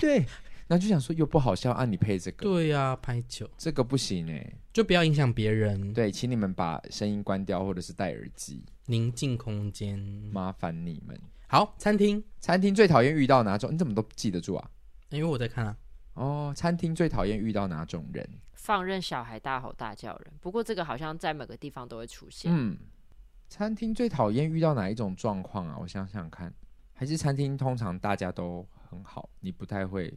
S1: 对。然后就想说又不好笑啊，你配这个，
S2: 对啊，拍球
S1: 这个不行哎、
S2: 就不要影响别人，
S1: 对，请你们把声音关掉，或者是戴耳机，
S2: 宁静空间。
S1: 麻烦你们。
S2: 好，餐厅，
S1: 餐厅最讨厌遇到哪种？你怎么都记得住啊？
S2: 因为我在看啊，
S1: 哦，餐厅最讨厌遇到哪种人？
S3: 放任小孩大吼大叫人，不过这个好像在每个地方都会出现。
S1: 嗯，餐厅最讨厌遇到哪一种状况啊？我想想看，还是餐厅通常大家都很好，你不太会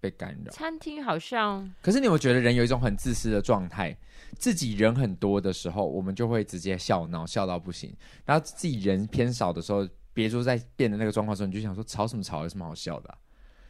S1: 被干扰。
S3: 餐厅好像
S1: 可是你有没有觉得人有一种很自私的状态？自己人很多的时候，我们就会直接笑闹，笑到不行；然后自己人偏少的时候，别说在变得那个状况的时候，你就想说吵什么吵，有什么好笑的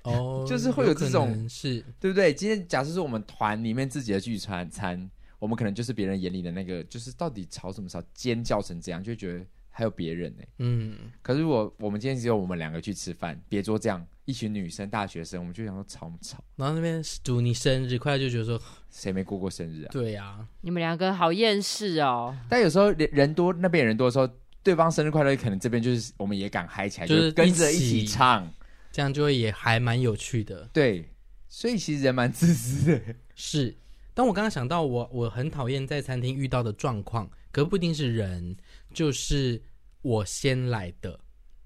S1: 啊、
S2: 哦，
S1: 就是会有这种
S2: 可能是
S1: 对不对？今天假设是我们团里面自己的聚餐餐，我们可能就是别人眼里的那个，就是到底吵什么吵，尖叫成这样，就会觉得还有别人呢、
S2: 嗯，
S1: 可是如果我们今天只有我们两个去吃饭，别桌这样，一群女生大学生，我们就想说吵不吵？
S2: 然后那边祝你生日快乐，就觉 得说
S1: 谁没过过生日啊？
S2: 对呀、
S3: 你们两个好厌世哦，
S1: 但有时候人人多，那边人多的时候，对方生日快乐，可能这边就是我们也敢嗨起来，
S2: 就
S1: 就是是跟着
S2: 一
S1: 一
S2: 起
S1: 起唱。
S2: 这样就会也还蛮有趣的。
S1: 对，所以其实人蛮自私的。
S2: 是，但我刚刚想到我，我很讨厌在餐厅遇到的状况，可不一定是人，就是我先来的，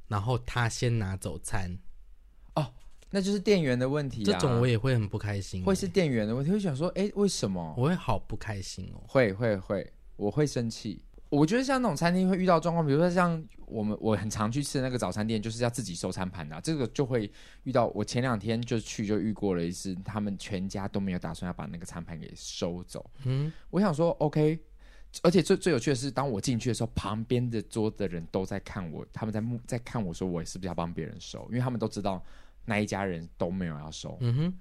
S2: 然后他先拿走餐，
S1: 那就是店员的问题、啊。
S2: 这种我也会很不开心，
S1: 会是店员的问题，会想说，哎、为什么？
S2: 我会好不开心哦。
S1: 会会会，我会生气。我觉得像那种餐厅会遇到状况，比如说像我们我很常去吃的那个早餐店，就是要自己收餐盘的啊、这个就会遇到。我前两天就去就遇过了一次，他们全家都没有打算要把那个餐盘给收走。
S2: 嗯，
S1: 我想说 OK，而且最最有趣的是，当我进去的时候，旁边的桌的人都在看我，他们在目在看我说我是不是要帮别人收，因为他们都知道那一家人都没有要收。
S2: 嗯哼，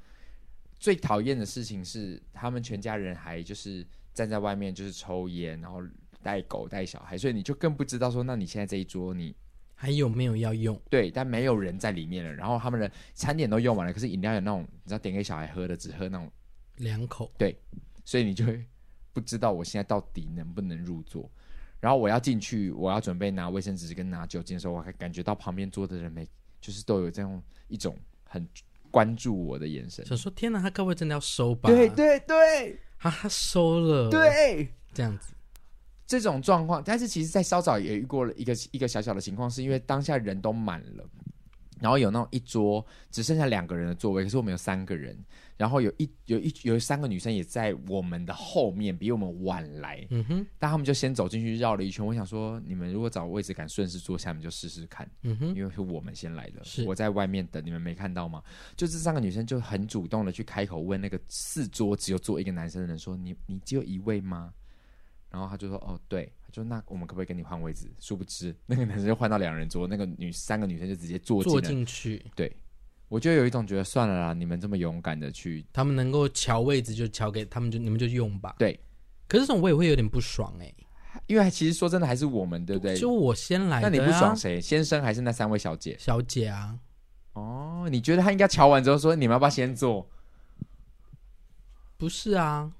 S1: 最讨厌的事情是，他们全家人还就是站在外面，就是抽烟，然后带狗带小孩，所以你就更不知道说，那你现在这一桌你
S2: 还有没有要用？
S1: 对，但没有人在里面了。然后他们的餐点都用完了，可是饮料有那种你知道点给小孩喝的，只喝那种，
S2: 两口，
S1: 所以你就会不知道我现在到底能不能入座。然后我要进去，我要准备拿卫生纸跟拿酒精的时候，我还感觉到旁边桌的人每就是都有这样一种很关注我的眼神。
S2: 想说天哪，他该不会真的要收吧？
S1: 对对对
S2: 啊，他收了，，
S1: 对。
S2: 这样子，
S1: 这种状况，但是其实，在稍早也遇过了一个一个小小的情况，是因为当下人都满了，然后有那种一桌只剩下两个人的座位，可是我们有三个人，然后有一有一有三个女生也在我们的后面，比我们晚来，
S2: 嗯哼，
S1: 但他们就先走进去绕了一圈。我想说，你们如果找位置敢顺势坐下，你们就试试看，
S2: 嗯哼，
S1: 因为是我们先来的
S2: 是，
S1: 我在外面等，你们没看到吗？就这三个女生就很主动的去开口问那个四桌只有坐一个男生的人说：“你你只有一位吗？”然后他就说：“哦，对。”他就那我们可不可以跟你换位置？殊不知 那个男生就换到两人桌，那个女三个女生就直接坐进
S2: 坐
S1: 了。
S2: 进去，
S1: 对，我就有一种觉得算了啦，你们这么勇敢的去，
S2: 他们能够瞧位置就瞧给他们就，你们就用吧。
S1: 对，
S2: 可是这种我也会有点不爽哎、
S1: 因为其实说真的还是我们对不对？
S2: 就我先来的、
S1: 那
S2: 啊，
S1: 你不爽谁？先生还是那三位小姐？
S2: 小姐啊，
S1: 哦，你觉得他应该瞧完之后说你们要不要先坐？
S2: 不是啊，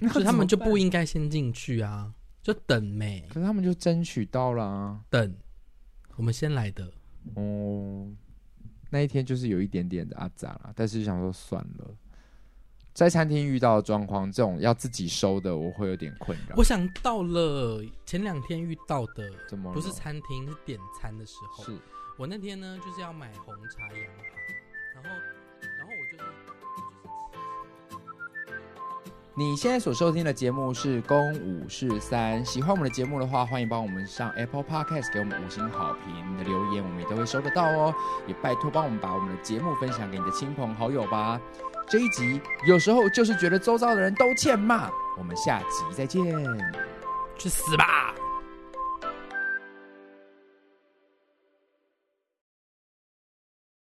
S1: 那
S2: 所以他们就
S1: 怎么办
S2: 不，应该先进去啊，就等呗，
S1: 可是他们就争取到了啊。
S2: 等，我们先来的，
S1: 哦，那一天就是有一点点的阿杂啦，但是想说算了。在餐厅遇到的状况，这种要自己收的，我会有点困扰
S2: 我。想到了，前两天遇到的，
S1: 怎么了
S2: 不是餐厅是点餐的时候，
S1: 是
S2: 我那天呢就是要买红茶羊排，然后然后我就是
S1: 你现在所收听的节目是《公五是三》，喜欢我们的节目的话，欢迎帮我们上 Apple Podcast 给我们五星好评，你的留言我们也都会收得到哦。也拜托帮我们把我们的节目分享给你的亲朋好友吧。这一集有时候就是觉得周遭的人都欠骂，我们下集再见。
S2: 去死吧。